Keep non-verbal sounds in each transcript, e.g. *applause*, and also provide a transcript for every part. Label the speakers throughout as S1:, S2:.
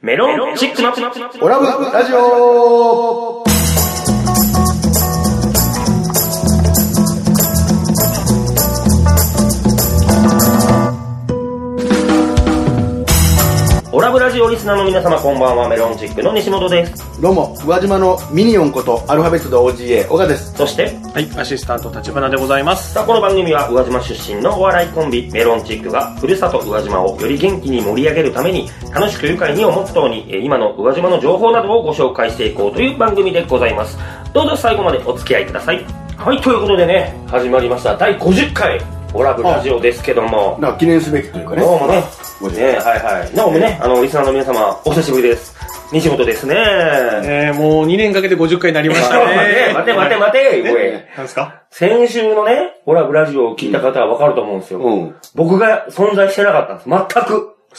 S1: メロンチックの
S2: オラブラジオ
S1: オラブラジオリスナーの皆様こんばんはメロンチックの西本です
S2: どうも、宇和島のミニオンことアルファベットで OGA、小賀です。
S1: そして
S3: はい、アシスタント立花でございます。
S1: さあこの番組は宇和島出身のお笑いコンビメロンチックがふるさと宇和島をより元気に盛り上げるために楽しく愉快にをモットーにえー今の宇和島の情報などをご紹介していこうという番組でございますどうぞ最後までお付き合いくださいはいということでね始まりました第50回オラブラジオですけども
S2: なんか記念すべきというかね。
S1: どうもね
S2: ご自
S1: ねはいはいなおもねあのリスナーの皆様お久しぶりです西本ですね
S3: えー、もう2年かけて50回になりまし
S1: 待
S3: たね。
S1: て *laughs* 待て待て待て、おい
S3: 何ですか
S1: 先週のね、オラブラジオを聞いた方はわかると思うんですよ。
S2: うん。
S1: 僕が存在してなかったんです。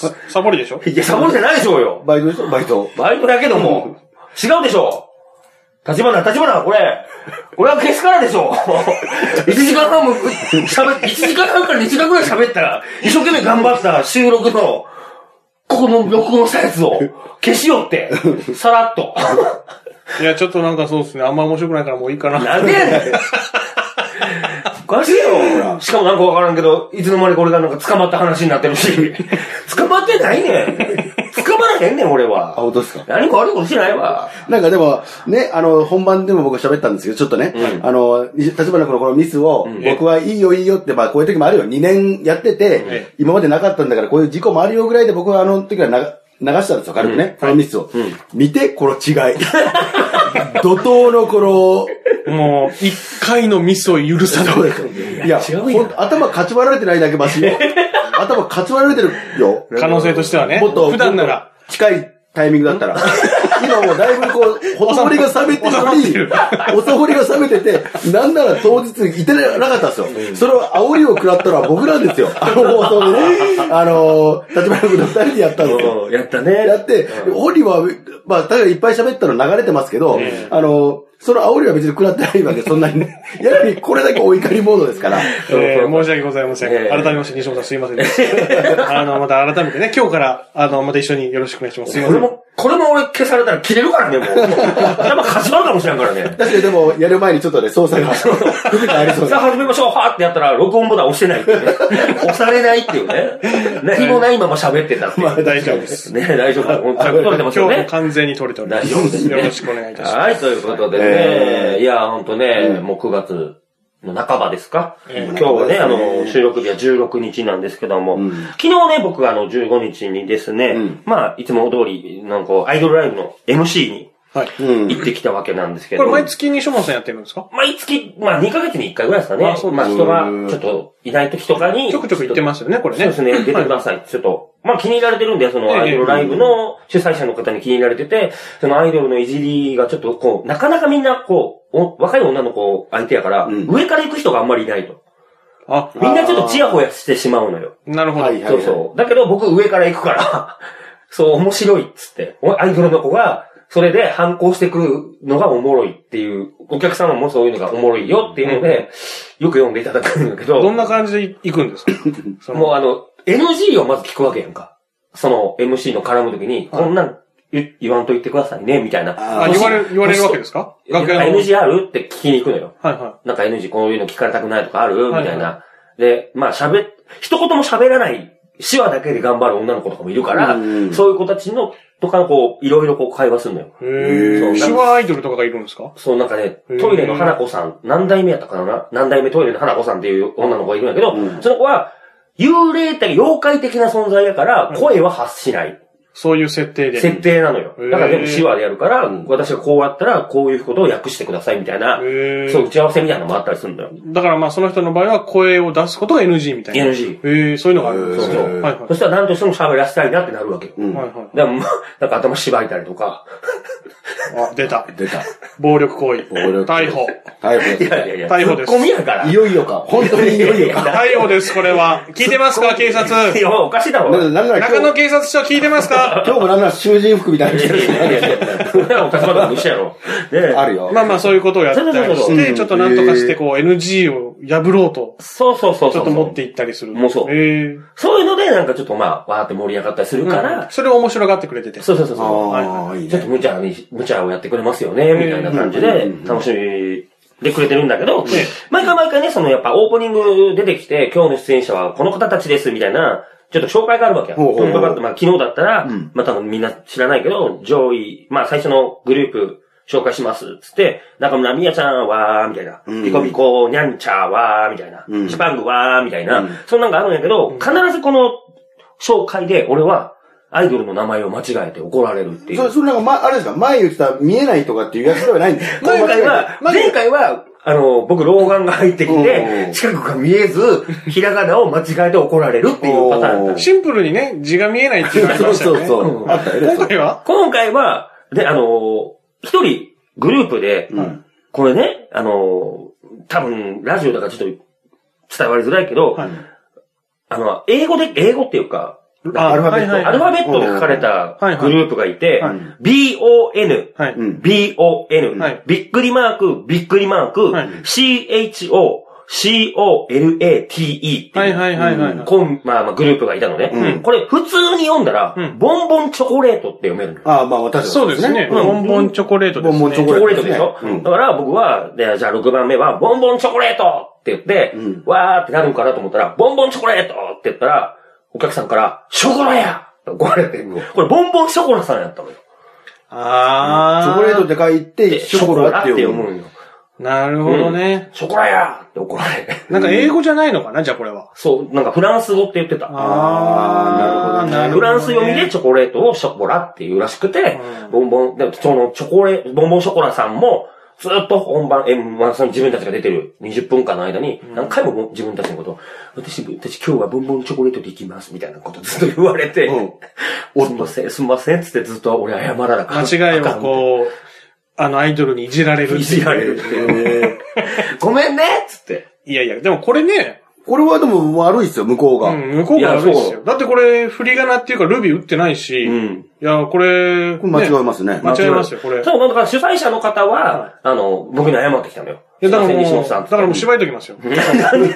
S3: さサボりでしょ
S1: 全く。いや、サボってないでしょうよ。
S2: バイトでしょバイト。
S1: バイトだけども。違うでしょう。立花、立花、これ。これは消すからでしょう。1時間半も、喋っ、1時間半から2時間くらい喋ったら、一生懸命頑張った収録の、ここの録音したやつを消しよって、さらっと。
S3: いや、ちょっとなんかそうですね。あんま面白くないからもういいかな。
S1: なんでやねん。おかしいよ。しかもなんかわからんけど、いつの間にか俺がなんか捕まった話になってるし。捕まってないねん。捕まらへんねん、俺
S2: あ、
S1: は。
S2: 本当ですか。
S1: 何か悪いことしてないわ。
S2: なんかでも、ね、あの、本番でも僕喋ったんですけど、ちょっとね、あの、立花君のこのミスを、僕はいいよいいよって、まあこういう時もあるよ。2年やってて
S3: え、
S2: 今までなかったんだから、こういう事故もあるよぐらいで僕はあの時はな流したんですよ、軽くね。このミスを。見て、この違い。 *laughs* 怒涛のこの、
S3: もう、一回のミスを許さない。
S2: いや、
S1: 違うやん
S2: ほんと頭かち割られてないだけマシよ。頭かち割られてるよ。
S3: 可能性としてはね。
S2: もっと、
S3: 普段なら。
S2: 近いタイミングだったら。今もうだいぶこう、ほとぼりが冷めてるのに
S3: 収ま、
S2: ほとぼりが冷めてて、なんなら当日いてなかったんですよ。それを煽りを食らったのは僕なんですよ。あの放送でね。あの、立花君の二人でやったんですよ。
S1: うんやったね。
S2: やって、本人は、まあ、ただいっぱい喋ったの流れてますけど、あの、その煽りは別に食らってないわけ、そんな
S1: *laughs*
S2: にね。やはりこれだけお怒りモードですから。
S3: えー申し訳ございません。
S1: ええ
S3: 改めまして、西本さんすいませんで
S1: *laughs*
S3: した。あの、また改めてね、今日から、あの、また一緒によろしくお願いします。すいま
S1: これ
S3: せん。
S1: も、これも俺消されたら切れるからね、もう。やっぱ始まるかもしれんからね。
S2: 確かにでも、やる前にちょっとね、操作が、不備がありそう
S1: さあ
S2: だ。
S1: 始めましょう、はーってやったら、録音ボタン押してないっていうね。押されないっていうね。何もないまま喋ってたっていう。
S3: 大丈夫です。
S1: ね、大丈夫だ。本当に撮れて
S3: 今
S1: ます
S3: 日
S1: よ
S3: も
S1: ね。
S3: 完全に取れております。
S1: 大丈夫ですね
S3: よろしくお願いいたします。
S1: はい、ということでね、
S2: え
S1: いや、ほんとね、もう9月の半ばですか、
S3: え
S1: 今
S2: え
S1: 日はね、あ
S2: 半ばですね
S1: の、収録日は16日なんですけども、
S2: うん
S1: 昨日ね、僕はあの、15日にですね、
S2: うん
S1: まあ、いつも通り、なんか、アイドルライブの MC に
S3: はい。
S2: うん。
S1: 行ってきたわけなんですけ
S3: こ
S1: ど、
S3: れ毎月西本さんやってるんですか
S1: 毎月、まあ、2ヶ月に1回ぐらいですかね。
S3: あそうです
S1: まあ、人
S2: う
S1: が、
S2: ん
S1: ちょっと、いない時とかに、
S3: ちょくちょく言ってますよね、これね。
S1: そうですね、出てください。ちょっと、まあ気に入られてるんで、そのアイドルライブの主催者の方に気に入られてて、そのアイドルのいじりがちょっとこう、なかなかみんなこう、お若い女の子相手やから、
S2: うん
S1: 上から行く人があんまりいないと。
S3: あ、
S1: みんなちょっとチヤホヤしてしまうのよ。
S3: なるほど。
S2: はいはい。
S1: そうそう。だけど僕上から行くから、 *laughs* そう面白いっつって、おアイドルの子が、それで反抗してくるのがおもろいっていう、お客様もそういうのがおもろいよっていうので、よく読んでいただくんだけど。
S3: どんな感じで行くん
S1: *laughs*
S3: ですかその
S1: もうあの、NG をまず聞くわけやんか。その MC の絡むときに、こんなん言言わんと言ってくださいね、みたいな。
S2: あ
S3: あ、言われる、言われるわけですか
S1: や
S3: 楽屋の。
S1: NG あるって聞きに行くのよ。
S3: はいは
S1: なんか NG こういうの聞かれたくないとかあるみ
S3: はいはい
S1: たいな。で、まあ喋っ、一言も喋らない、手話だけで頑張る女の子とかもいるから
S2: うん、
S1: そういう子たちの、とかこう、いろいろこう会話するのよ。
S3: い。へ
S1: そう
S3: ー。手話アイドルとかがいるんですか
S1: そう、なんかね
S3: へ、ー
S1: トイレの花子さん、何代目やったかな何代目トイレの花子さんっていう女の子がいるんやけど、
S2: うん
S1: その子は、幽霊的、妖怪的な存在やから、声は発しない。
S3: そういう設定で。
S1: 設定なのよ。
S3: へー
S1: だから全部手話でやるから、
S2: ん
S1: 私がこうやったら、こういうことを訳してくださいみたいな、
S3: へー
S1: そう打ち合わせみたいなのもあったりするんだよ。
S3: だからまあその人の場合は声を出すことが NG みたいな。
S1: NG。
S3: へー、そういうのがあるんですね
S2: そうそう
S3: はいはい。は
S1: そしたら何としても喋らせたいなってなるわけよ。
S2: うん
S3: いはい。
S1: でも、まあなんか頭縛いたりとか、
S3: あ、出た。
S2: 出た。
S3: 暴力行為。
S2: 暴力行為
S3: 逮捕。
S2: 逮捕
S1: い
S2: です
S1: やいやいや、
S3: 逮捕です
S1: ツッコミやから。
S2: いよいよか。本当にいよいよか。
S3: 逮捕です、これは。聞いてますか、警察。
S1: いや、おかしいだろ。
S2: なんなんなら
S3: 中
S2: 今日、
S3: 野警察署聞いてますか
S2: 今日もなんなら囚人服みたいな着て
S1: いやい
S2: る
S1: やいや、それはおかしまだ無視やろ。ね
S2: あるよ。
S3: *laughs* まあまあ、そういうことをやったり
S1: そうそう
S3: し
S1: そう
S2: う
S3: て、
S2: ん
S3: ちょっとなんとかして、こう、NG を破ろうと、
S1: そうそうそう
S3: ち
S1: そ
S3: ょ
S1: う。
S3: っと持っていったりする。
S1: もうそう
S3: ええ。
S1: そういうので、なんかちょっとまあ、わーって盛り上がったりするから、
S3: うんそれを面白がってくれてて。
S1: そうそうそうそう。
S2: ああ、いい
S1: ちょっと
S2: ね。
S1: 無茶に、無茶をやってくれますよね、みたいな感じ
S2: う
S1: で
S2: んうんうん、
S1: 楽しみでくれてるんだけど、毎回毎回ね、そのやっぱオープニング出てきて、今日の出演者はこの方たちです、みたいな、ちょっと紹介があるわけや。
S2: ほうほうほう
S1: うんまあまあ昨日だったら
S2: うん、
S1: まあ多分みんな知らないけど、上位、まあ最初のグループ、紹介します。つって、中村みやちゃんはー、みたいな。
S2: うん
S1: ピコピコ、にゃんちゃーはー、みたいな
S2: う。ん
S1: シパングはー、みたいな。
S2: うん
S1: そんなんがあるんやけど、必ずこの紹介で、俺は、アイドルの名前を間違えて怒られるっていう。
S2: それ、それなんか、ま、あれですか、前言ってた見えないとかっていうやつではないんです
S1: 今回は、前回は、あの、僕、老眼が入ってき
S2: う
S1: て
S2: ん、
S1: 近くが見えず、ひらがなを間違えて怒られるっていうパターンだった。
S3: シンプルにね、字が見えないっていうのがあり
S2: そ
S3: ま
S2: う
S3: したよ
S2: そ
S3: ね。
S2: うそうう。
S1: ん
S2: あったよね。
S3: 今回は
S1: 今回は、で、あの、一人、グループで、
S2: うん。
S1: これね、あの、多分、ラジオだからちょっと伝わりづらいけど、
S3: はい
S1: あの、英語で、英語っていうか、
S3: あ
S2: アルファベット
S3: はい
S1: ア
S3: はい
S1: ルファベットで書かれた
S3: うんはいはい
S1: グループがいて
S3: はい、
S1: BON、
S3: はい。
S2: うん。
S1: B-O-N、
S3: はい
S1: びっくりマーク、びっくりマーク、
S3: はい
S1: CHO、COLATE っていう、
S3: はいはいはいはいはい。
S1: コンまあ、まあグループがいたのね、
S2: うん
S1: これ普通に読んだら、
S3: うん
S1: ボンボンチョコレートって読めるのよ
S2: ああ、まあ、私は
S3: そうですね。
S1: うん
S3: ボンボンチョコレートですね。
S2: ボンボンチョ
S1: チョコレート
S2: す
S1: で
S2: ね
S1: しょ、
S2: うん
S1: だから僕は、でじゃあ6番目は、ボンボンチョコレートって言って、
S2: うん
S1: わーってなるんかなと思ったら、ボンボンチョコレートって言ったら、お客さんから、ショコラやって怒られて、これボンボンショコラさんやったのよ。
S3: あ
S2: チ
S3: ー。
S2: ョコレートって書いて、ショコラって読
S1: ショコ
S2: む。
S1: んよ。
S3: なるほどね。
S1: ショコラやって怒られて。
S3: なんか英語じゃないのかなじゃあこれは。
S1: そう、なんかフランス語って言ってた。
S2: あーなるほどね
S1: フランス読みでチョコレートをショコラっていうらしくて、
S3: うん
S1: ボンボン、でもそのチョコレート、ボンボンショコラさんも、ずっと本番、M1 さんに自分たちが出てる20分間の間に、何回も自分たちのこと、私、私今日はボンボンチョコレートで行きます、みたいなことずっと言われて、
S2: うん
S1: すんません、すんません、つってずっと俺謝らなかった。
S3: 間違いをこう、あの、アイドルにいじられる。
S1: いじられるっていう。ごめんねつって。
S3: いやいや、でもこれね、
S2: これはでも悪いですよ、向こう
S3: う
S2: が。
S3: ん、向こうが悪いですよ。だってこれ、振り仮名っていうか、ルビー打ってないし、い
S1: ん。
S3: や、これ、
S2: これ間違え
S3: ね
S2: ますね。
S3: 間違えますよ、これ。い
S1: そう、だから主催者の方
S3: はい
S1: は、あの、僕に謝ってきたのよ。
S3: や、だから
S1: すいません西
S3: も
S1: 本
S3: う、
S1: さん
S3: だ
S1: っつって
S3: からもう縛いときますよ。
S1: *laughs*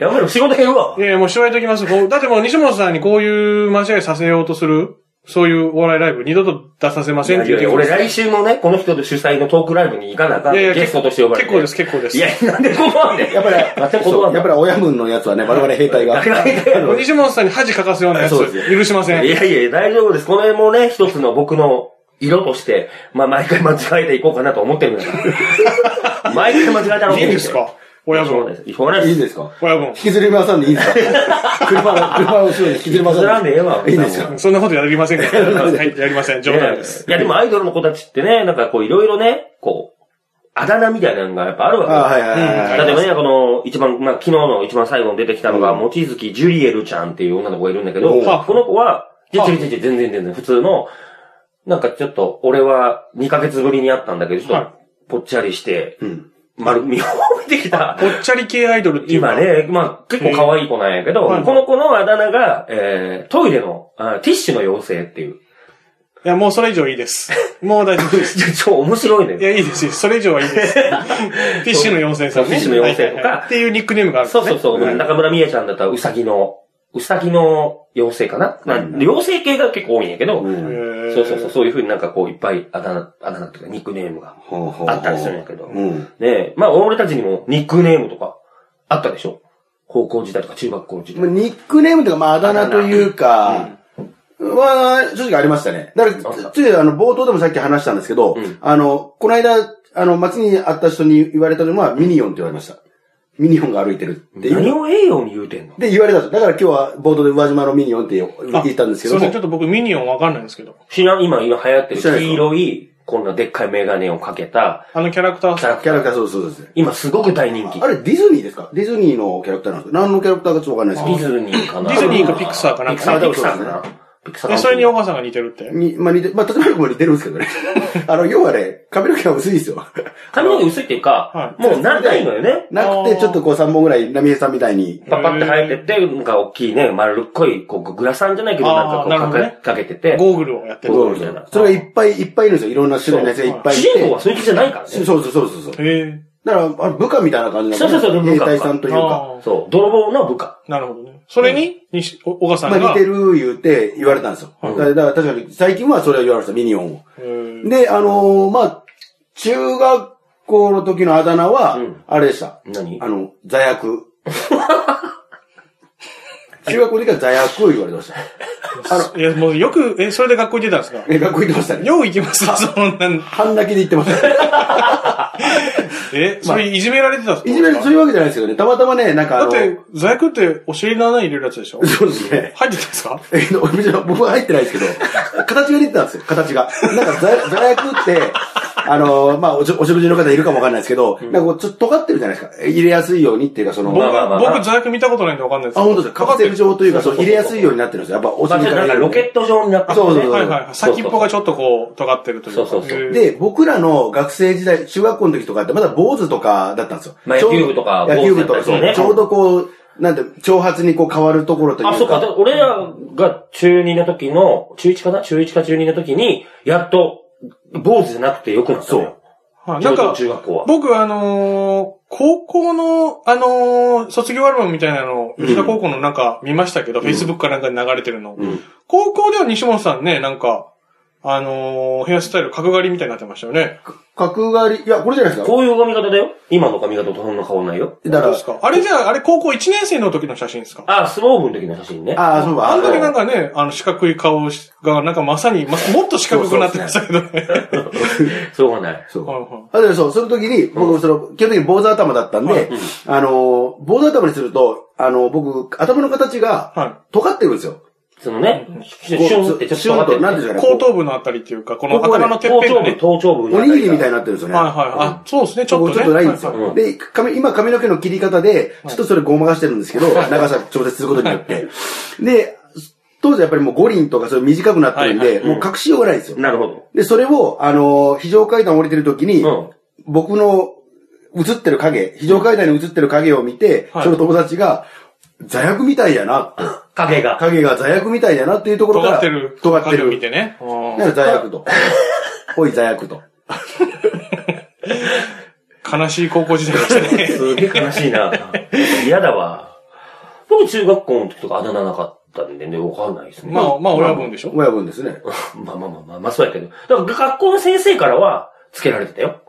S1: やめろ、仕事減るわ
S3: い。やいや、もう芝居ときます。こうだってもう西本さんにこういう間違いさせようとする、そういうお笑いライブ二度と出させませんって言って
S1: 俺来週もね、この人と主催のトークライブに行かなあかん。
S3: いやいや
S1: ゲストとして呼ばれて。
S3: 結構です結構です
S1: いや、なんで断んねん。
S2: やっぱり、
S1: なんで
S2: そ
S1: 断ん
S2: うやっぱり親分のやつはね、我々兵隊が。
S1: り。
S3: 西本さんに恥かかすようなやつ
S2: そうです、
S3: 許しません。
S1: いやいや、大丈夫です。これもね、一つの僕の色として、まあ毎回間違えていこうかなと思ってるんだから。
S3: *laughs*
S1: 毎回間違えたら
S3: いいんですか親
S1: そう
S3: 分。
S1: です。しょうがない
S2: い
S1: で
S2: いん
S1: す。
S2: ですか
S3: 親分
S2: 引。きずり回さんでいいんですか車の、車の後ろに引きずり回
S1: ずら
S2: さ
S1: ん
S2: ん
S1: でええわ。
S2: いいんですよ。
S3: そんなことやりませんから。はい、やりません。冗談です。
S1: いや、でもアイドルの子たちってね、なんかこういろいろね、こう、あだ名みたいなのがやっぱあるわけ
S2: ああ、はいはいはいはい。
S1: 例えばね、この、一番、まあ、昨日の一番最後に出てきたのが、望月ジュリエルちゃんっていう女の子がいるんだけど、
S2: おう
S1: この子は、いや
S3: は
S1: 違う違う違う全然全然普通の、なんかちょっと、俺は2ヶ月ぶりに会ったんだけど、ちょっ
S3: は
S1: と、ぽっちゃりして、
S2: うん
S1: 丸みを見てきた。
S3: ぽっちゃり系アイドルっていうか
S1: 今。ね、まあ、結構可愛い子なんやけど、
S3: はい
S1: この子のあだ名が、えー、トイレの、あティッシュの妖精っていう。 *laughs*
S3: いや、もうそれ以上いいです。もう大丈夫です。
S1: 超面白いね。
S3: いや、いいです。それ以上はいいです。ティッシュの妖精さんね。
S1: ティッシュの妖精とか
S3: はいはいはいっていうニックネームがあるんです
S1: そう
S3: ね。
S1: そうそう。
S2: はい
S1: 中村美恵ちゃんだったら、うさぎの、うさぎの妖精かな、まあ
S2: うん
S1: 妖精系が結構多いんやけど、
S2: うん
S3: へー
S1: そうそうそう、そういうふうになんかこう、いっぱいあだ名、あだ名とかニックネームが
S2: ほうほうほう
S1: あったりするんやけど。ね
S2: うん。
S1: え、まあ俺たちにもニックネームとかあったでしょ高校時代とか中学校時
S2: まあ
S1: 代。
S2: ニックネームというか、まあ、あだ名というか、は、正直ありましたね。だから、つい、あの、冒頭でもさっき話したんですけど
S1: うん、
S2: あの、この間、あの、街に会った人に言われたのは、ミニオンって言われました。ミニオンが歩いてるっていう
S1: 何を栄養に言うてんの
S2: で、言われたんですだから今日は冒頭で宇和島のミニオンって言ったんですけど
S3: いません、
S2: も、
S3: ちょっと僕ミニオンわかんないんですけど。
S1: 知らん今、今流行ってる
S2: 知らないですか
S1: 黄色い、こんなでっかいメガネをかけた
S3: あのキャラクター
S1: キャラク
S2: キ
S1: タ
S2: ャ
S1: ー。
S2: ラクターそうそうそうです。
S1: 今すごく大人気。
S2: あれディズニーですかディズニーのキャラクターなんですか何のキャラクターかちょっとわかんな
S1: デ
S2: いで
S1: ィ
S2: すけ
S1: ズニーかな
S3: ディズニーかピクサーかなん
S1: ピ
S3: か
S1: クサー、
S2: あで
S1: ピ
S2: も
S1: ク
S2: そう
S1: サー
S2: です
S1: か
S2: ね
S1: な
S2: 草
S3: で、
S2: 直し
S3: それにお母さんが似てるって。
S2: に、まあ、似て、まあ、立花君も似てるんですけどね。 *laughs* あの、要はね、髪の毛が薄いんですよ。
S1: 髪の毛薄いっていうか
S3: は、い
S1: もうなないのよね。
S2: なくて、ちょっとこう3本ぐらい、波江さんみたいに。
S1: パパって生えてって、なんか大きいね、丸っこい、こう、グラサンじゃないけど、なんかこ
S3: あーなる
S1: う
S3: ほ
S1: か
S3: ど
S1: け、
S3: ね
S1: かけてて。
S3: ゴーグルをやってる。
S1: ゴーグルみたいな
S2: それがいっぱいいっぱいいるんですよ。いろんな種類のやつがいっぱいい
S1: 主
S2: て。
S1: 人公はそういう気じゃないから
S2: そう
S1: ね。
S2: そうそうそうそう。
S3: へえ。
S2: だから、あの部下みたいな感じなのかな
S1: そうそうそう
S2: 兵隊さんというか。
S3: あー
S1: そう、泥棒の部下。
S3: なるほどね。それに、西おお母さん
S2: ま
S3: が。
S2: あ似てる言うて言われたんですよ。
S3: はい
S2: だからだから確かに最近はそれは言われてた、ミニオンを。
S3: へー
S2: で、あのーまあ、中学校の時のあだ名は
S1: うん、
S2: あれでした。
S1: 何
S2: あの、座薬。 *laughs* 中学校の時は座薬を言われてました。
S3: いや、もうよく、え、それで学校行ってたんですか
S2: え、学校行ってましたね。
S3: よう行きますそんなん。
S2: 半泣きで行ってました。
S3: え、それいじめられてたんですか
S2: いじめる、そういうわけじゃないですけどね。たまたまね、なんかあ
S3: だっ
S2: の、
S3: て、座薬ってお尻の穴に入れるやつでしょ
S2: そうですね。
S3: 入ってたんですか
S2: えっと、別に僕は入ってないですけど、形が出てたんですよ、形が。なんか、座座薬って、あのーまあおじ、お食事の方いるかもわかんないですけど、なんかこう、ちょっと尖ってるじゃないですか。入れやすいようにっていうか、その、
S3: 僕、
S1: まあ
S2: あ、
S1: まあまあ
S3: 僕座薬見たことないんでわかんないです
S2: 本当ですか。カプセル状というか、そ
S1: そう
S2: の
S1: そうそう
S2: 入れやすいようになってるんですよ。やっぱ、お
S1: まあ
S2: 尻
S1: ちょっ
S2: か
S1: となん
S2: ら入
S1: か
S2: れるよ
S1: ロ
S2: うに。
S1: ケット状になってる
S2: そうそうそう
S3: はいはいはい。先っぽがちょっとこう、尖ってるというか。
S1: そうそうそう
S3: へー
S2: で、僕らの学生時代、中学校の時とかってまだ坊主とかだったんですよ。
S1: まあ
S2: ちょうど
S1: 野球部とか
S2: 野球部と
S1: 坊
S2: か、
S1: 主だ
S2: そ
S1: ったりね
S2: う。ちょうどこう、なんて、挑発にこう変わるところというか。
S1: あ、そうか。だから俺らが中2の時の、中1かな中1か中2の時に、やっと、坊主じゃなくてよくなったのよ。
S3: はい
S1: ち
S3: な
S1: ょ
S3: ん
S1: うど
S3: か、
S1: 中学校は。
S3: 僕、あのー高校の、あのー卒業アルバムみたいなのを、吉田高校のなんか見ましたけど、Facebook かなんかに流れてるの。
S1: うん
S3: 高校では西本さんね、なんか、あのーヘアスタイル角刈りみたいになってましたよね。
S2: 角刈り、いや、これじゃないですか。
S1: こういう髪型だよ。今の髪型とそんな変わんないよ。
S2: だか
S3: どう
S2: ら
S3: です、かあれじゃあ、あれ高校1年生の時の写真ですか
S1: あ、相撲部の時の写真ね。
S2: ああ、そうか。
S3: あんだけなん
S2: か、
S3: かね、あの四角い顔が、なんかまさに、まもっと四角くなってましたけどね。
S1: しょうがない。
S2: そう。
S3: はいはい
S2: あでそう、その時に、僕、その、基本的に坊主頭だったんで、
S3: はい
S2: あのー、坊主頭にすると、あのー、僕、頭の形が、
S3: は
S2: 尖ってるんですよ。
S1: そのね、シュ
S2: こう
S1: ンってちょっと待って
S2: シュンとなんてい
S1: る。
S2: う
S3: い。
S2: んですかね
S3: 後
S2: こ
S3: 頭部のあたりっていうか、この
S2: ここはね
S3: 頭のてっ
S1: 頭
S3: ぺんが
S1: 頂部、
S3: ね。
S1: 頭頂部
S2: う、おにぎりみ
S1: な。
S2: たいになってるんですよね。
S3: はいはい。あ、そうですね、ち
S2: ちょ
S3: ょっ
S2: っ
S3: と
S2: と
S3: ね。
S2: ラインです
S3: はいはい
S1: は
S2: よ。
S1: い
S2: で、髪、今髪の毛の切り方で、ちょっとそれごまかしてるんですけど、長さ調節することによって。で、当時やっぱりもう五輪とかそれ短くなってるん
S1: はい
S2: で、
S1: はい
S2: もう隠しようがないんですよ。
S1: なるほど。
S2: で、それを、あのー、非常階段降りてる時に、
S1: うん。
S2: 僕の映ってる影、非常階段に映ってる影を見て、
S3: はい
S2: その友達が、座薬みたいやなって。
S1: 影が。
S2: 影が座薬みたいやなっていうところから、
S3: 尖ってる。
S2: 尖って
S3: 影を見
S2: る。
S3: てね。あ
S2: だ
S3: ー
S2: から座薬
S3: *laughs*
S2: と。おい座薬と。
S3: 悲しい高校時代でしたね。
S1: すげえ悲
S2: *laughs*
S1: しいな。嫌だわ。僕中学校の時とかあだ名なかったんでね、わかんないですね。
S3: *laughs* まあ、まあ、親分でしょ
S2: 親分ですね。
S1: まあまあまあまあ、まあそうやけど。だから学校の先生からは、つけられてたよ。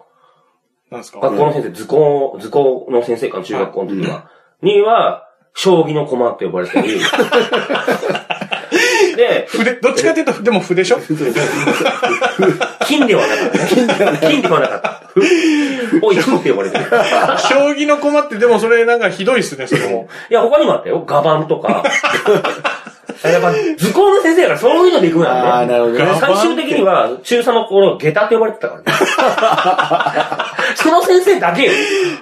S3: なんですか
S1: 学校の先生、図工、図工の先生から中学校の時は。には、将棋の駒って呼ばれて
S2: *laughs*
S1: る。で、
S3: 筆、どっちかっていうと、でも筆 *laughs* でしょ
S1: 金ではなかったね。金ではなかった。おい、金って呼ばれてる。
S3: 将棋の駒って、でもそれなんかひどいっすね、それも。
S1: いや、他にもあったよ。ガバンと
S2: *laughs*
S1: か。やっぱ、図工の先生やからそういうので行くん
S2: ああ、
S1: や
S2: なるほど
S1: ろ
S2: ね
S1: ね。。最終的には、中3の頃、下駄って呼ばれてたからね。その先生だけよ。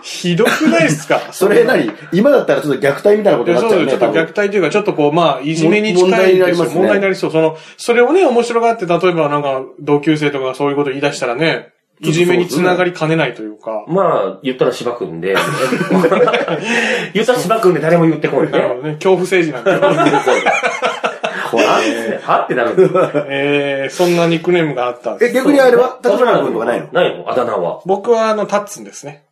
S3: ひどくないっすか *laughs*
S2: それ何今だったらちょっと虐待みたいなこと
S3: で
S2: にな
S3: そ
S2: っちゃ
S3: うそうう、
S2: ね。
S3: ちょっと
S2: 多
S3: 虐
S2: 分
S3: 待というか、ちょっとこう、まあ、いじめに近いんで
S2: 問
S3: すよ
S2: 題になりますね
S3: 問題になりそう。その、それをね、面白がって、例えばなんか、同級生とかがそういうこと言い出したらね、いじめにつながりかねないというか。
S1: まあ、言ったら芝くんで。言ったら芝くんで誰も言ってこない
S3: なるほ
S1: ね。
S3: どね。恐怖政治なんだけ
S2: 怖い
S1: あはってなるんだよ。
S3: ど。 *laughs* えー、そんなニックネームがあったんです
S2: え、逆にあれは立花君とかないの
S1: ないのあだ名は。
S3: 僕は、あの、タッツンですね。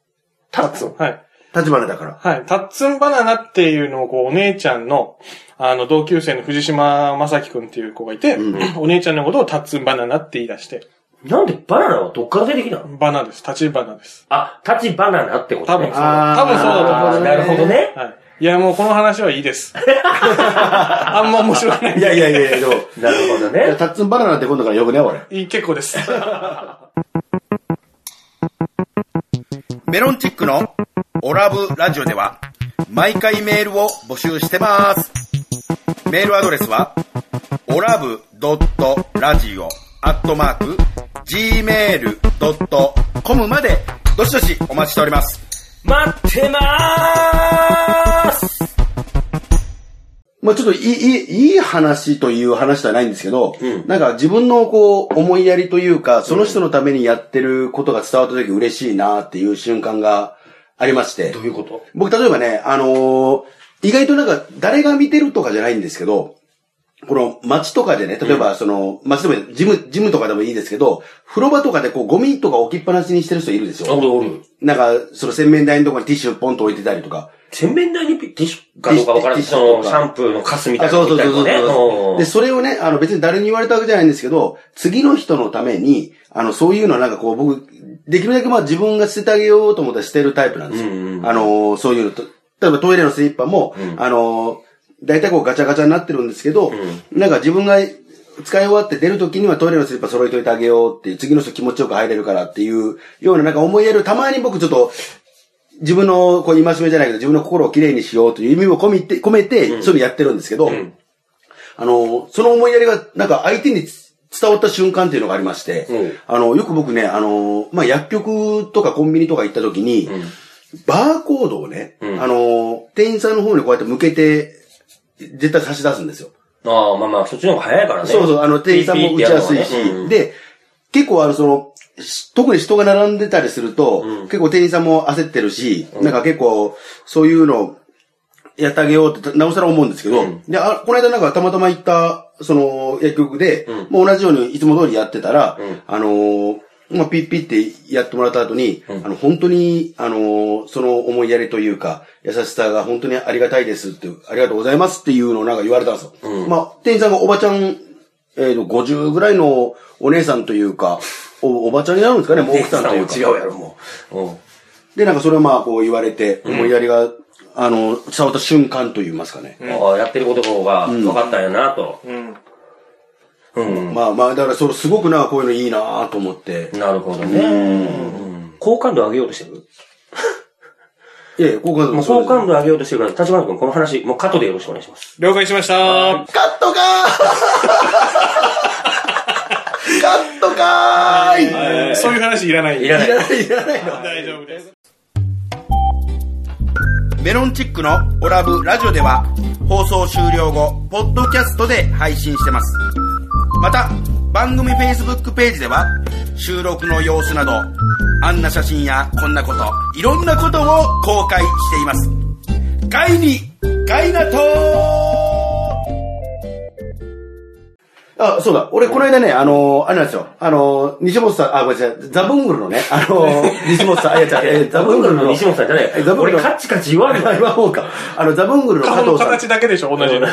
S1: タッツン。
S3: はい。
S2: 立花だから。
S3: はい。タッツンバナナっていうのを、こう、お姉ちゃんの、あの、同級生の藤島正樹くんっていう子がいて、お姉ちゃんのことをタッツンバナナって言い出して、
S1: なんでバナナはどっから出てきたの
S3: バナです。立ちバナです。
S1: あ、タチバナナってこと
S3: 多分
S1: ね
S3: そう。。
S2: あー
S3: 多分そうだと思います
S1: あーなるほどね。
S3: はい。いや、もうこの話はいい
S2: *laughs*
S3: です。あんま面白くない
S2: いやいやいやいや、でも、
S1: なるほど
S2: いや
S1: ね。
S2: タッツンバナナって今度から呼ぶね、俺。
S3: いい。結構です。
S4: メロンチックのオラブラジオでは毎回メールを募集してます。メールアドレスはオラブドットラジオアットマーク gmail.com までどしどしお待ちしております。
S1: 待ってまーす
S2: まあちょっといい、いい、いい話という話ではないんですけど、
S1: うん
S2: なんか自分のこう、思いやりというか、その人のためにやってることが伝わった時嬉しいなっていう瞬間がありまして
S1: どう、いうこと
S2: 僕例えばね、あのー意外となんか誰が見てるとかじゃないんですけど、この街とかでね、例えばその、街でもジム、ジムとかでもいいですけど、風呂場とかでこうゴミとか置きっぱなしにしてる人いるんです
S1: あ、
S2: よ。
S1: 俺、俺、
S2: なんか、その洗面台のとこにティッシュポンと置いてたりとか。
S1: 洗面台にティッシュかどうかわからない。
S2: ティッシュ
S1: その、
S2: ティッシュとか
S1: シャンプーのカスみたい
S2: あ
S1: なの
S2: そう
S1: 置
S2: そ
S1: いうたり
S2: そう
S1: とかね。
S2: そうそう。
S1: うん
S2: で、それをね、あの別に誰に言われたわけじゃないんですけど、次の人のために、あのそういうのはなんかこう僕、できるだけまあ自分が捨ててあげようと思ったら捨てるタイプなんですよ。
S1: うんうん
S2: あのー、そういうのと、例えばトイレのスリッパも、あのー、大体こうガチャガチャになってるんですけど、なんか自分が使い終わって出る時にはトイレのスリッパ揃えといてあげようっていう、次の人気持ちよく入れるからっていうようななんか思いやる、たまに僕ちょっと、自分の、こう、戒めじゃないけど、自分の心をきれいにしようという意味も込めて、込めて、そういうのやってるんですけど、
S1: ん
S2: あの、その思いやりが、なんか相手につ伝わった瞬間っていうのがありまして、
S1: うん
S2: あの、よく僕ね、あの、まあ、薬局とかコンビニとか行った時に、バーコードをね、
S1: ん
S2: あの、店員さんの方にこうやって向けて、絶対差し出すんですよ。
S1: ああ、まあまあ、そっちの方が早いからね。
S2: そうそう、あの、店員さんも打ちやすいし、
S1: で、
S2: で、結構あの、その、し特に人が並んでたりすると、結構店員さんも焦ってるし、なんか結構、そういうの、やってあげようって、なおさら思うんですけど、で、あ、この間なんかたまたま行った、その、薬局で、もう同じようにいつも通りやってたら、あのーまあ、ピッピってやってもらった後に、あの、本当に、あのーその思いやりというか、優しさが本当にありがたいですって、ありがとうございますっていうのをなんか言われたんですよ。まあ、店員さんがおばちゃん、えっ、と、50ぐらいのお姉さんというか、お、おばちゃんになるんですかね、もう
S1: 奥
S2: 奥さ
S1: さ
S2: ん
S1: ん
S2: と
S1: と
S2: い
S1: も
S2: うか。
S1: 違うやろ、もう。うん。
S2: で、なんかそれはまあ、こう言われて、思いやりが、あの、伝わった瞬間と言いますかね。
S1: ああ、やってることが分かったんやなと。
S3: うん。
S1: うん。
S2: まあまあ、だからそれすごくな、こういうのいいなと思って。
S1: なるほどね。うん好感度上げようとしてる
S2: いやいや、好感度
S1: もう好感度上げようとしてるから、立花君、この話、もうカットでよろしくお願いします。
S3: 了解しました。
S2: カットかーカットかーいい
S3: えーそういう話いらない。
S1: いらない。
S2: らない、いらないの。
S3: 大丈夫です。
S4: メロンチックのオラブラジオでは放送終了後、ポッドキャストで配信してます。また、番組 Facebook ページでは収録の様子など、あんな写真やこんなこと、いろんなことを公開しています。ガイに、ガイナトー
S2: あ、そうだ。俺、この間ね、あのー、あれなんですよ。あのー、西本さん、あ、ごめんなさい。ザブングルのね、あのー、西本さん、あ、いや、じゃあえーザブングルの。
S1: 西本さんじゃない
S2: えザ。ブング
S1: 俺、
S2: ルの
S1: カッチカチ言わんの
S2: あ、言わん方か。あの、ザブングルの加
S3: 顔の
S2: 藤さん
S3: 形。だけでしょ、同じ
S2: な
S3: の。
S2: ん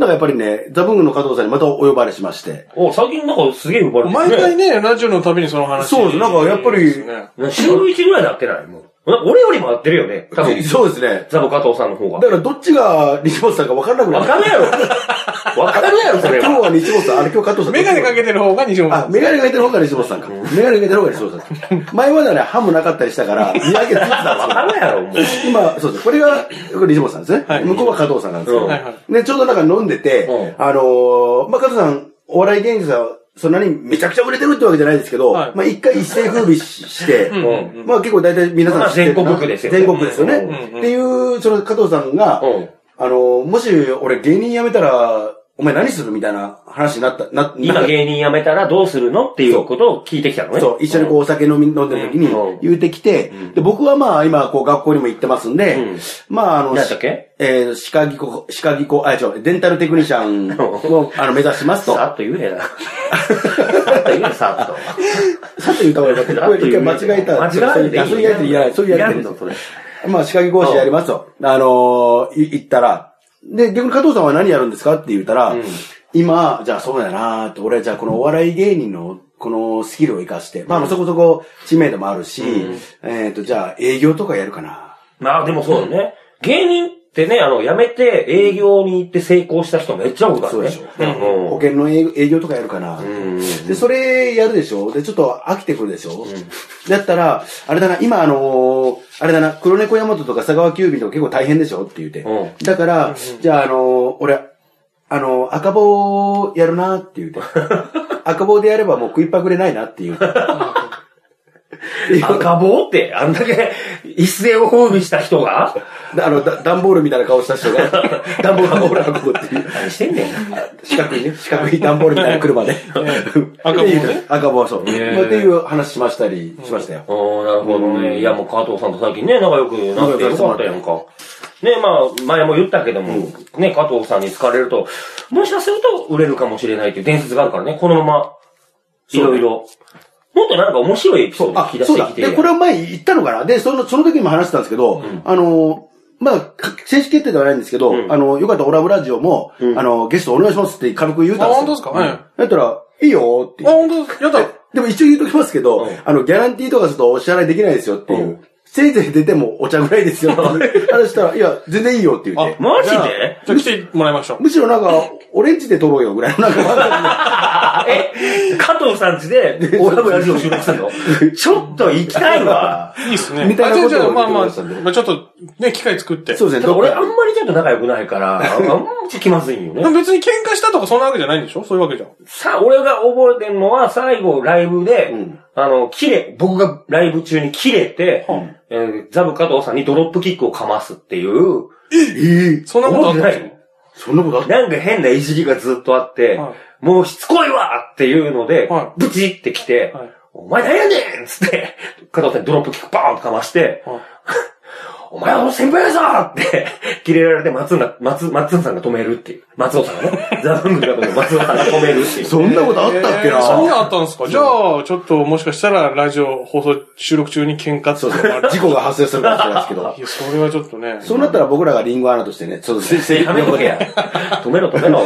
S2: かやっぱりね、ザブングルの加藤さんにまたお呼ばれしまして。
S1: お、最近なんかすげえ呼ばれて
S3: 毎回ね、ラジオのたびにその話。
S2: そうです。なんかやっぱり、
S1: ね。週一ぐらいで会ってないもう。な俺よりも会ってるよね。多分、
S2: *laughs* そうですね。
S1: ザボ加藤さんの方
S2: だ
S1: が。
S2: からどっちが西本さんか分からなくな
S1: わかるやろ。わかるやろ、それ
S2: 今 *laughs*
S1: は。
S2: 日は西本さん、あれ今日加藤さん。
S3: メガネかけてる方が西本さ
S2: あ、
S3: ん。
S2: メガネかけてる方が西本さんか。メガネかけてる方が西本さん。前まではね、歯もなかったりしたから、見分けつつ
S1: わ
S2: だ
S1: かるやろ、もう。
S2: *laughs* 今、そうです。これが、これ西本さんですね。
S3: はい
S2: 向こうは加藤さんなんですけど。
S1: うん
S3: はいはい
S2: で、ちょうどなんか飲んでて、
S1: う
S2: あのー、まあ、加藤さん、お笑い芸人さんは、そんなにめちゃくちゃ売れてるってわけじゃないですけど、
S3: はい
S2: まあ、一回一世風靡しして、
S1: ん
S2: まあ、結構大体皆さん知ってるかな
S1: まあ全国区ですよね
S2: 全国区ですよね。
S3: うん
S2: っていう、その加藤さんが、
S1: うん
S2: あのー、もし俺芸人辞めたら、お前何するみたいな話になった、な、
S1: 今
S2: な
S1: 芸人辞めたらどうするのっていうことを聞いてきたのね。
S2: そう、一緒にこうお酒飲み、飲んでる時に
S1: うん
S2: 言うてきて、で、僕はまあ今こう学校にも行ってますんで、
S1: うん
S2: まああの、
S1: 何だっけ
S2: えー、歯科技工、歯科技工、あ、違う、デンタルテクニシャンを、あの、目指しますと。
S1: さ
S2: さ
S1: っと言えな。さっと言え、さっと。
S2: っと言った方がよか *laughs* った。これ一回間違えた。
S1: 間違えた。
S2: そういうやついらない。そういうやついら
S1: の、それ。
S2: ない。まあ、歯科技講師やりますと。あのー、い言ったら、で、逆に加藤さんは何やるんですかって言ったら、今、じゃあそうだなーって、俺はじゃあこのお笑い芸人の、このスキルを活かして、まあ、そこそこ知名度もあるし、えっ、と、じゃあ営業とかやるかな。
S1: まあでもそうだね。芸人ってね、あの、辞めて営業に行って成功した人めっちゃ多いからね。
S2: そうでしょ
S1: うん
S2: 保険の営営業とかやるかな。で、それやるでしょで、ちょっと飽きてくるでしょ、だったら、あれだな、今あのーあれだな、黒猫山本とか佐川急便とか結構大変でしょって言って。
S1: う
S2: だから、じゃああのー俺、あのー赤棒やるなって言って。赤棒でやればもう食いっぱぐれないなっていう。
S1: 赤棒って、あんだけ一世を風靡した人が
S2: あの、だ段ボールみたいな顔した人が、段ボールが運ぶっていう。
S1: 何してんねん。
S2: 四角いね、四角い段ボールみたいな車で。
S3: 赤棒ね。
S2: 赤棒、そう。まあっ
S1: え
S2: ていう話しましたりしましたよ。
S1: おーなるほどね。いや、もう加藤さんと最近ね、仲良くなってよかったやんか。ね、まあ、前も言ったけども、ね、加藤さんに好かれると、もしかすると売れるかもしれないっていう伝説があるからね、このまま、いろいろ。もっとなんか面白いエピソードを
S2: あ
S1: 聞き出、し
S2: そう
S1: て
S2: だ。
S1: きてや
S2: で、これは前言ったのかなで、その、その時にも話したんですけど、あの、まあ、か正式決定ではないんですけど、
S1: うん
S2: あの、よかったらオラブラジオも、あの、ゲストお願いしますって軽く言う
S3: あ、
S2: たんですよ。
S3: 本当ですかはい。あ、
S2: だったら、いいよって言って。
S3: 本当です。やった。
S2: でも一応言うときますけど、
S1: うん
S2: あの、ギャランティーとかするとお支払いできないですよっていう。
S1: うん
S2: せいぜい出てもお茶ぐらいですよって話したら、いや、全然いいよって言って。
S1: マジで
S3: じゃあじゃあ来てもらいましょう。
S2: むしろなんか、オレンジで撮ろうよぐらいのなん
S1: *laughs*
S2: か、
S1: あえ、 *laughs* 加藤さんちで、 *laughs* オラブラジオ収録するのちょっと行きたいわ。
S3: いいっすね。
S2: みたいな
S3: あじゃあ
S2: ことを
S3: じゃあまあま
S2: 言ってください
S3: あ、まあちょっと、ね、機会作って。
S2: そうで
S1: *laughs*
S2: す
S1: ただ
S2: ね、どっ
S1: 俺あ
S2: か
S1: んまりちょっと仲良くないから、あんまり気まずいんよね
S3: で。も別に喧嘩したとかそんなわけじゃないんでしょそういうわけじゃん。
S1: さあ、俺が覚えてるのは、最後、ライブで、
S2: うん
S1: あの、切れ、僕がライブ中に切れて、
S3: うん
S1: えーザブ加藤さんにドロップキックをかますっていう、
S2: えー
S3: そんなことあったんで
S1: 覚えてない
S2: そんなことあった
S1: なんか変ないじりがずっとあって、
S3: は
S1: もうしつこいわっていうので、
S3: は
S1: ブチってきて、
S3: はい
S1: お前何やねんっつって、加藤さんにドロップキックバーンとかまして、
S3: はい
S1: お前は俺の先輩やぞって、キレられて松村、松、松尾さんが止めるっていう。松尾さんが
S3: *laughs*
S1: ね、ザ・ブングルが松尾さんが止めるっていう。
S2: そんなことあったっけな、
S3: えーそんなんあったんですかじゃあ、ちょっともしかしたらラジオ放送収録中に喧嘩って
S2: そうそう事故が発生するかもしれないですけど
S3: い。や、それはちょっとね。
S2: そうなったら僕らがリンゴアナとしてね、そうですね
S1: やめとけや。 *laughs* 止めろ止めろ。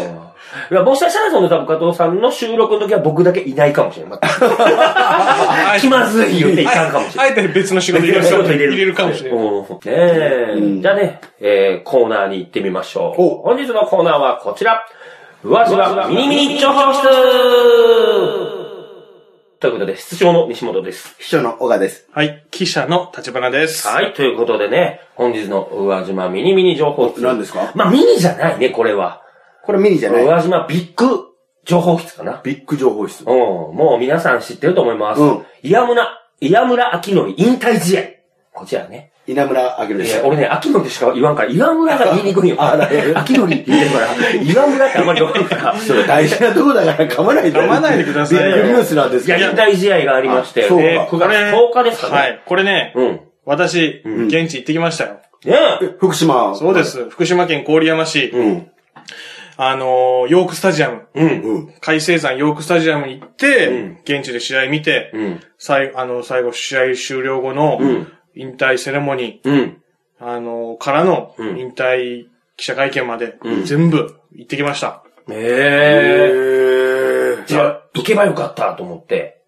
S1: いや、もしかしたらその多分加藤さんの収録の時は僕だけいないかもしれない。
S3: あえて
S1: 気まずい言っていかんかもしれ
S3: あ
S1: ない。
S3: えて別の仕事入れるかもしれない。入れるかもしれない。
S1: ない。ねえ。じゃあね、えー、コーナーに行ってみましょう。本日のコーナーはこちら。うわじわミニミニ情報室ということで、室長の西本です。
S2: 秘書の小川です。
S3: はい。記者の立花です。
S1: はい、ということでね、本日の宇和島ミニミニ情報室。
S2: 何ですか
S1: まあ、ミニじゃないね、これは。
S2: これミニじゃな
S1: 宇
S2: い。
S1: 和島ビッグ情報室かな。
S2: ビッグ情報室
S1: う。ん、もう皆さん知ってると思います。
S2: うん
S1: 岩村、岩村明則引退試合。こちらね。
S2: 稲村
S1: い
S2: 明でし
S1: や
S2: た。
S1: 俺ね、明則しか言わんから、岩村が言いにくいよ。
S2: ああ
S1: 明
S2: な
S1: *laughs*
S2: るほど
S1: 則って言ってるから、岩村ってあんまり言わないから。
S2: *laughs* それ大事なとこだから噛まないで。
S3: 噛まないでください
S2: ビ
S3: よ
S2: ッグニュースなんです
S1: いや、
S2: け
S1: 引
S2: ど。
S1: 退試合がありまして、
S2: あそう
S1: ね
S2: か
S1: 9月10日ですかね。
S3: はい。これね、
S1: うん。
S3: 私、現地行ってきましたよ。
S1: ねえ。
S2: 福島。
S3: そうで。す。福島県郡山市、
S2: うん。
S3: あのー、ヨークスタジアム、
S1: うん。
S2: うん。
S3: 海星山ヨークスタジアムに行って、現地で試合見て、
S1: うん。
S3: 最あの最後、試合終了後の
S1: ん
S3: 引退セレモニ
S1: うん。
S3: ー、あのー、からの
S1: うん
S3: 引退記者会見まで、全部行ってきました。
S1: ねえ。じゃあ、行けばよかったと思って、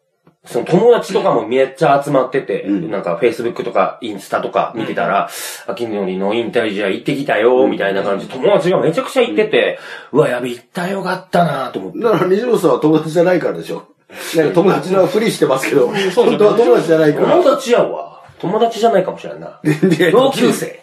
S1: その友達とかもめっちゃ集まってて、なんか Facebook とかインスタとか見てたら、秋のりの引退試合行ってきたよ、みたいな感じで、友達がめちゃくちゃ行ってて、うわ、やべ、行ったよかったなと思って。
S2: だから西本さんは友達じゃないからでしょ。なんか友達のふりしてますけど、
S3: そう
S2: 本当は友達じゃないから。
S1: 友達やわ。友達じゃないかもしれんな。
S2: で
S1: 同級生。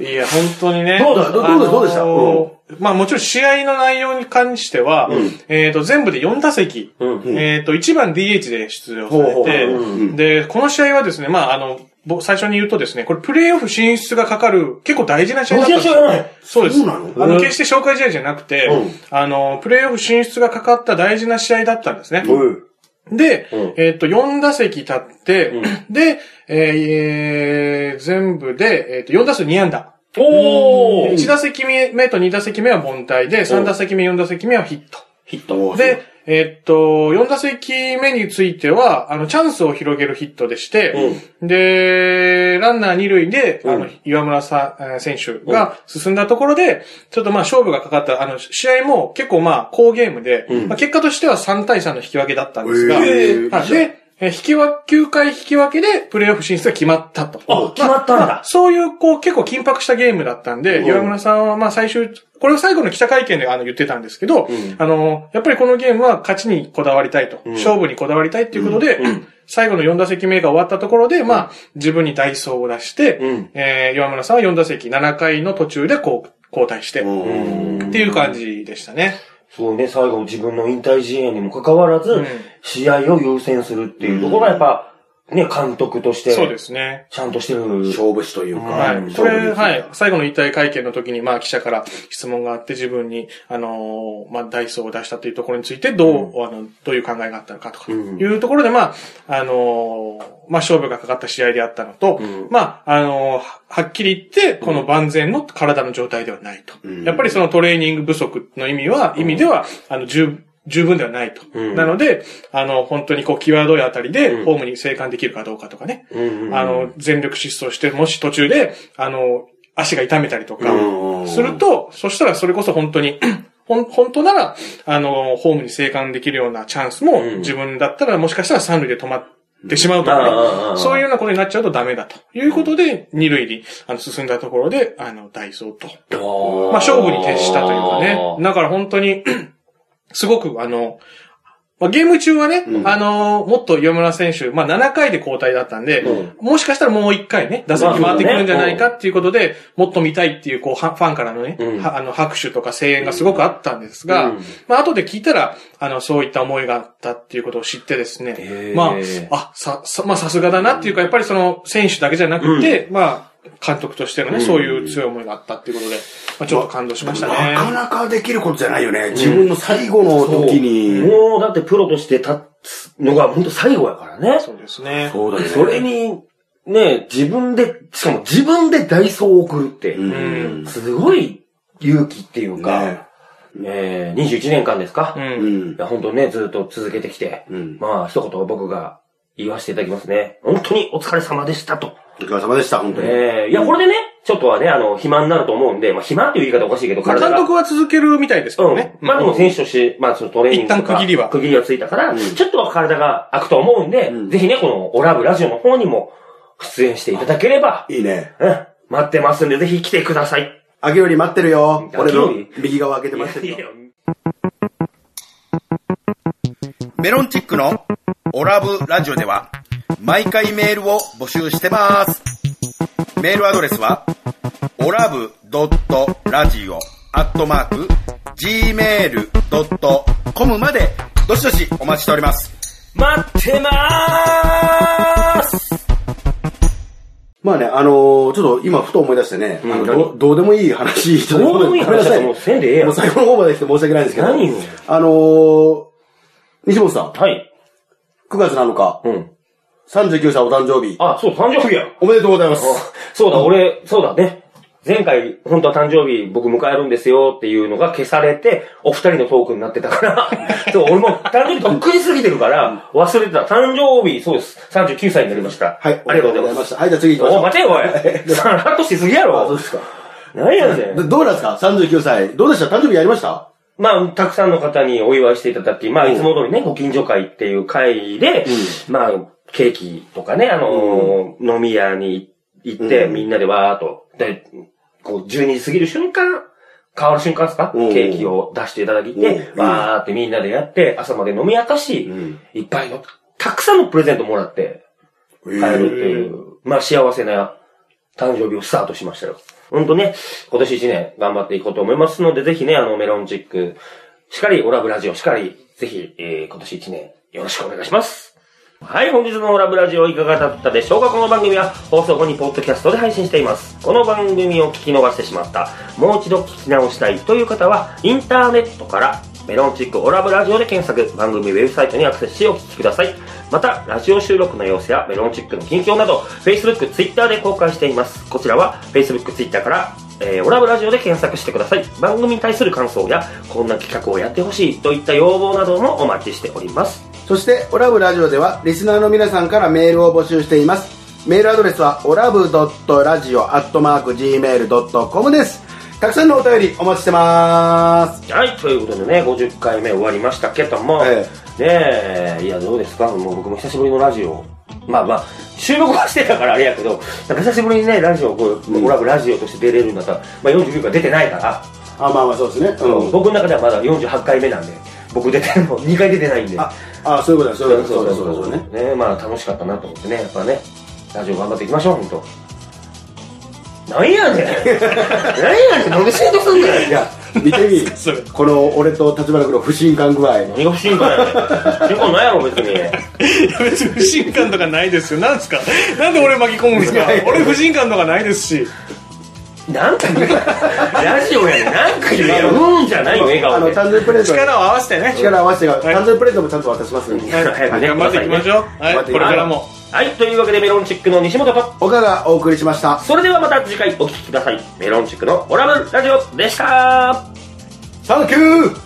S3: いや、本当にね。
S2: どうだどうどうだどうでした
S3: したまあもちろん試合の内容に関しては、えっと、全部で4打席、
S1: うん
S3: えっと、1番 DH で出場さ
S2: ほうほ
S3: れ
S2: う
S3: て、で、この試合はですね、まああの、ぼ最初に言うとですね、これプレイオフ進出がかかる結構大事な試合だったんです
S1: 同じ試合じゃない
S3: そうです。
S2: そうなの
S3: あの、決して紹介試合じゃなくて、あの、プレイオフ進出がかかった大事な試合だったんですね。で、
S1: うん
S3: えっ、と、4打席立って、で、えー全部で、えっ、と、4打数2安打。
S1: おー
S3: 1打席目と2打席目は凡退で、3打席目、4打席目はヒット。
S1: ヒット。
S3: で、えっと、4打席目については、あの、チャンスを広げるヒットでして、で、ランナー2塁で、あ
S1: う
S3: の
S1: ん、
S3: 岩村さんえー選手が進んだところで、ちょっとまあ勝負がかかった、あの、試合も結構まあ好ゲームで、まあ結果としては3対3の引き分けだったんですが、
S2: えー
S3: はいで、えー引き分け、9回引き分けでプレイオフ進出が決まったと。
S1: あ、決まったんだ。
S3: そういう、こう、結構緊迫したゲームだったんで、岩村さんは、まあ、最終、これを最後の記者会見であの言ってたんですけど、あの、やっぱりこのゲームは勝ちにこだわりたいと、勝負にこだわりたいっていうことで、最後の4打席目が終わったところで、まあ、自分にダイソーを出して、
S1: うん
S3: えー岩村さんは4打席7回の途中でこう、交代して、
S2: うん
S3: っていう感じでしたね。
S1: すごいね、最後自分の引退試合にもかかわらず、
S3: うん
S1: 試合を優先するっていうところがやっぱ、ね、監督として、
S3: そうですね。
S1: ちゃんとしてる。
S2: 勝負師というか。
S3: はい。こ
S2: 勝負
S3: れ、
S2: です
S3: はい。最後の引退会見の時に、まあ、記者から質問があって、自分に、あのーまあ、ダイソーを出したというところについて、どう、あの、どういう考えがあったのかとか、
S1: うん
S3: いうところで、まあ、あのーまあ、勝負がかかった試合であったのと、
S1: うん
S3: まあ、あのーはっきり言って、この万全の体の状態ではないと。
S2: うん
S3: やっぱりそのトレーニング不足の意味は、意味では、あの、十十分ではないと。
S1: うん
S3: なので、あの、本当にこう、際どいあたりで、
S1: ん
S3: ホームに生還できるかどうかとかね。
S1: うんうんうん
S3: あの、全力疾走して、もし途中で、あの、足が痛めたりとか
S2: うん、
S3: すると、そしたらそれこそ本当に、 *clears throat* ほん本当なら、あの、ホームに生還できるようなチャンスも、
S1: うん
S3: 自分だったらもしかしたら三塁で止まってしまうと
S1: うんあああああ
S3: か
S1: あ
S3: ね、そういうようなことになっちゃうとダメだということで、二塁にあの進んだところで、あの、ダイソーと、
S1: ま
S3: まあ、勝負に徹したというかね。だから本当に、 *clears throat* すごく、あの、まあ、ゲーム中はね、
S2: うん
S3: あの、もっと岩村選手、まあ、7回で交代だったんで、
S1: う
S3: もしかしたらもう1回ね、打席回ってくるんじゃないかっていうことで、もっと見たいっていう、こう、はファンからのね、
S1: うん
S3: はあの、拍手とか声援がすごくあったんですが、
S1: うん
S3: まあ、後で聞いたら、あの、そういった思いがあったっていうことを知ってですね
S1: へ、ー
S3: まあ、あ、さ、さ、まあ、さすがだなっていうか、やっぱりその、選手だけじゃなくて、まあ、監督としてのね、そういう強い思いがあったっていうことで、まあ、ちょっと感動しましたね。
S2: なかなかできることじゃないよね。自分の最後の時に。
S1: もうだってプロとして立つのが本当最後やからね。
S3: そうですね。
S2: そうだね。
S1: それに、ね、自分で、しかも自分でダイソーを送るって、
S2: うん。
S1: すごい勇気っていうか、えー、21年間ですか、
S3: う。
S1: い
S2: うんん。
S1: や、本当ね、ずっと続けてきて、
S2: うん
S1: まあ、一言僕が言わせていただきますね。本当にお疲れ様でしたと。
S2: お疲れ様でした、本当に。
S1: えー、いや、これでね、ちょっとはね、あの、暇になると思うんで、まあ、暇っていう言い方おかしいけど、
S3: まあ
S1: 体
S3: 監
S1: が
S3: 督。は続けるみたいですけどね。
S1: うん。まあでも選手として、まあそのトレーニングとか。
S3: 一旦区切りは
S1: 区切りはついたから、
S2: ん
S1: ちょっとは体が空くと思うんで、
S2: ん
S1: ぜひね、このオラブラジオの方にも出演していただければ、
S2: いいね。
S1: うん。待ってますんで、ぜひ来てください。
S2: 秋より待ってるよ。
S1: 秋よ
S2: 俺
S1: り
S2: の右側開けて待ってるよ。
S4: メロンチックのオラブラジオでは毎回メールを募集してます。メールアドレスはオラブドットラジオアットマーク gmail.com までどしどしお待ちしております。
S1: 待ってまーす
S2: まあね、あのーちょっと今ふと思い出してね、あのどうどうでもいい話、ちょっと
S1: どうでもいい
S2: ごめん
S1: 話
S2: なさ
S1: だ
S2: い。
S1: ともうせんでええや。
S2: もうん最後の方まで来て申し訳ないんですけど。
S1: 何よ
S2: あのー西本さん、
S1: はい。
S2: 9月7日、
S1: うん。
S2: 39歳お誕生日、
S1: あ、そう、誕生日や。
S2: おめでとうございま
S1: あ
S2: す。
S1: そうだ、俺、そうだね。前回、本当は誕生日僕迎えるんですよっていうのが消されて、お二人のトークになってたから、 *laughs* そう、俺も誕生日とっくに過ぎてるから、忘れてた。誕生日、そうです。39歳になりました。
S2: はい、
S1: ありがとうございま
S2: まし
S1: す
S2: た。。はい、じゃあ次行きまし
S1: お、
S2: ょう。
S1: 待てよ、おい。さらっとしすぎや
S2: あそう
S1: ろ
S2: で。すか。
S1: 何やね
S2: ど
S1: ん。
S2: どうなんですか ?39 歳。どうでした誕生日やりました
S1: まあ、たくさんの方にお祝いしていただき、まあ、いつも通りね、ご近所会っていう会で、まあ、ケーキとかね、あのー、飲み屋に行って、
S2: うん
S1: みんなでわーっと、で、こう、12時過ぎる瞬間、変わる瞬間ですか
S2: うん
S1: ケーキを出していただいて、
S2: うん
S1: わーってみんなでやって、朝まで飲み明かし、
S2: ん。
S1: いっぱいの、たくさんのプレゼントもらって、帰
S2: え
S1: るっていう、まあ、幸せな誕生日をスタートしましたよ。ほんとね、今年一年頑張っていこうと思いますので、ぜひね、あの、メロンチック、しっかり、オラブラジオしっかり、ぜひ、えー、今年一年よろしくお願いします。はい、本日のオラブラジオいかがだったでしょうかこの番組は放送後にポッドキャストで配信しています。この番組を聞き逃してしまった、もう一度聞き直したいという方は、インターネットから、メロンチックオラブラジオで検索、番組ウェブサイトにアクセスしお聞きください。また、ラジオ収録の様子やメロンチックの近況など、Facebook、Twitter で公開しています。こちらは、Facebook、Twitter から、えーオラブラジオで検索してください。番組に対する感想や、こんな企画をやってほしいといった要望などもお待ちしております。
S2: そして、オラブラジオでは、リスナーの皆さんからメールを募集しています。メールアドレスは、オラブドットラジオアットマーク Gmail.com です。たくさんのお便りお待ちしてます。
S1: はい、ということでね、50回目終わりましたけども、
S2: え
S1: ねえ、いや、どうですかもう僕も久しぶりのラジオ。まあまあ、収録はしてたからあれやけど、なんか久しぶりにね、ラジオ、こう、オラブラジオとして出れるんだったら、まあ49回出てないから、
S2: あ、まあまあそうですね。うん。
S1: 僕の中ではまだ48回目なんで、僕出てるの2回出てないんで。
S2: あ、あ、そういうことだ、そういうことだ、そうだ、そうだ、そうだね。
S1: ね。まあ楽しかったなと思ってね、やっぱね、ラジオ頑張っていきましょう、ほんと。
S2: *laughs*
S1: なんやねんなんやねん、なんでしんとすんねん
S2: いや、見てみ *laughs*
S3: それ、
S2: この俺と立花君の不信感具合。
S1: 何が不信感やねん。不信感ないやろ、別に。
S3: いや別に不信感とかないですよ。なんですかなんで俺巻き込むんですか俺不信感とかないですし。
S1: なんか言うなラジオやねん。なんか言えよ。うんじゃないよ、笑
S2: あ
S1: 顔
S2: の、
S1: で。
S2: 誕生日プレゼント。
S3: 力を合わせてね。
S2: 力合わせてが、
S3: い
S2: 誕生日プレゼントもちゃんと渡しますんで。
S1: 早くね
S3: 頑張っていきましょう。はい、これからも。
S1: はい、というわけでメロンチックの西本と、
S2: 岡がお送りしました。
S1: それではまた次回お聴きください。メロンチックのオラブラジオでした
S2: サンキュー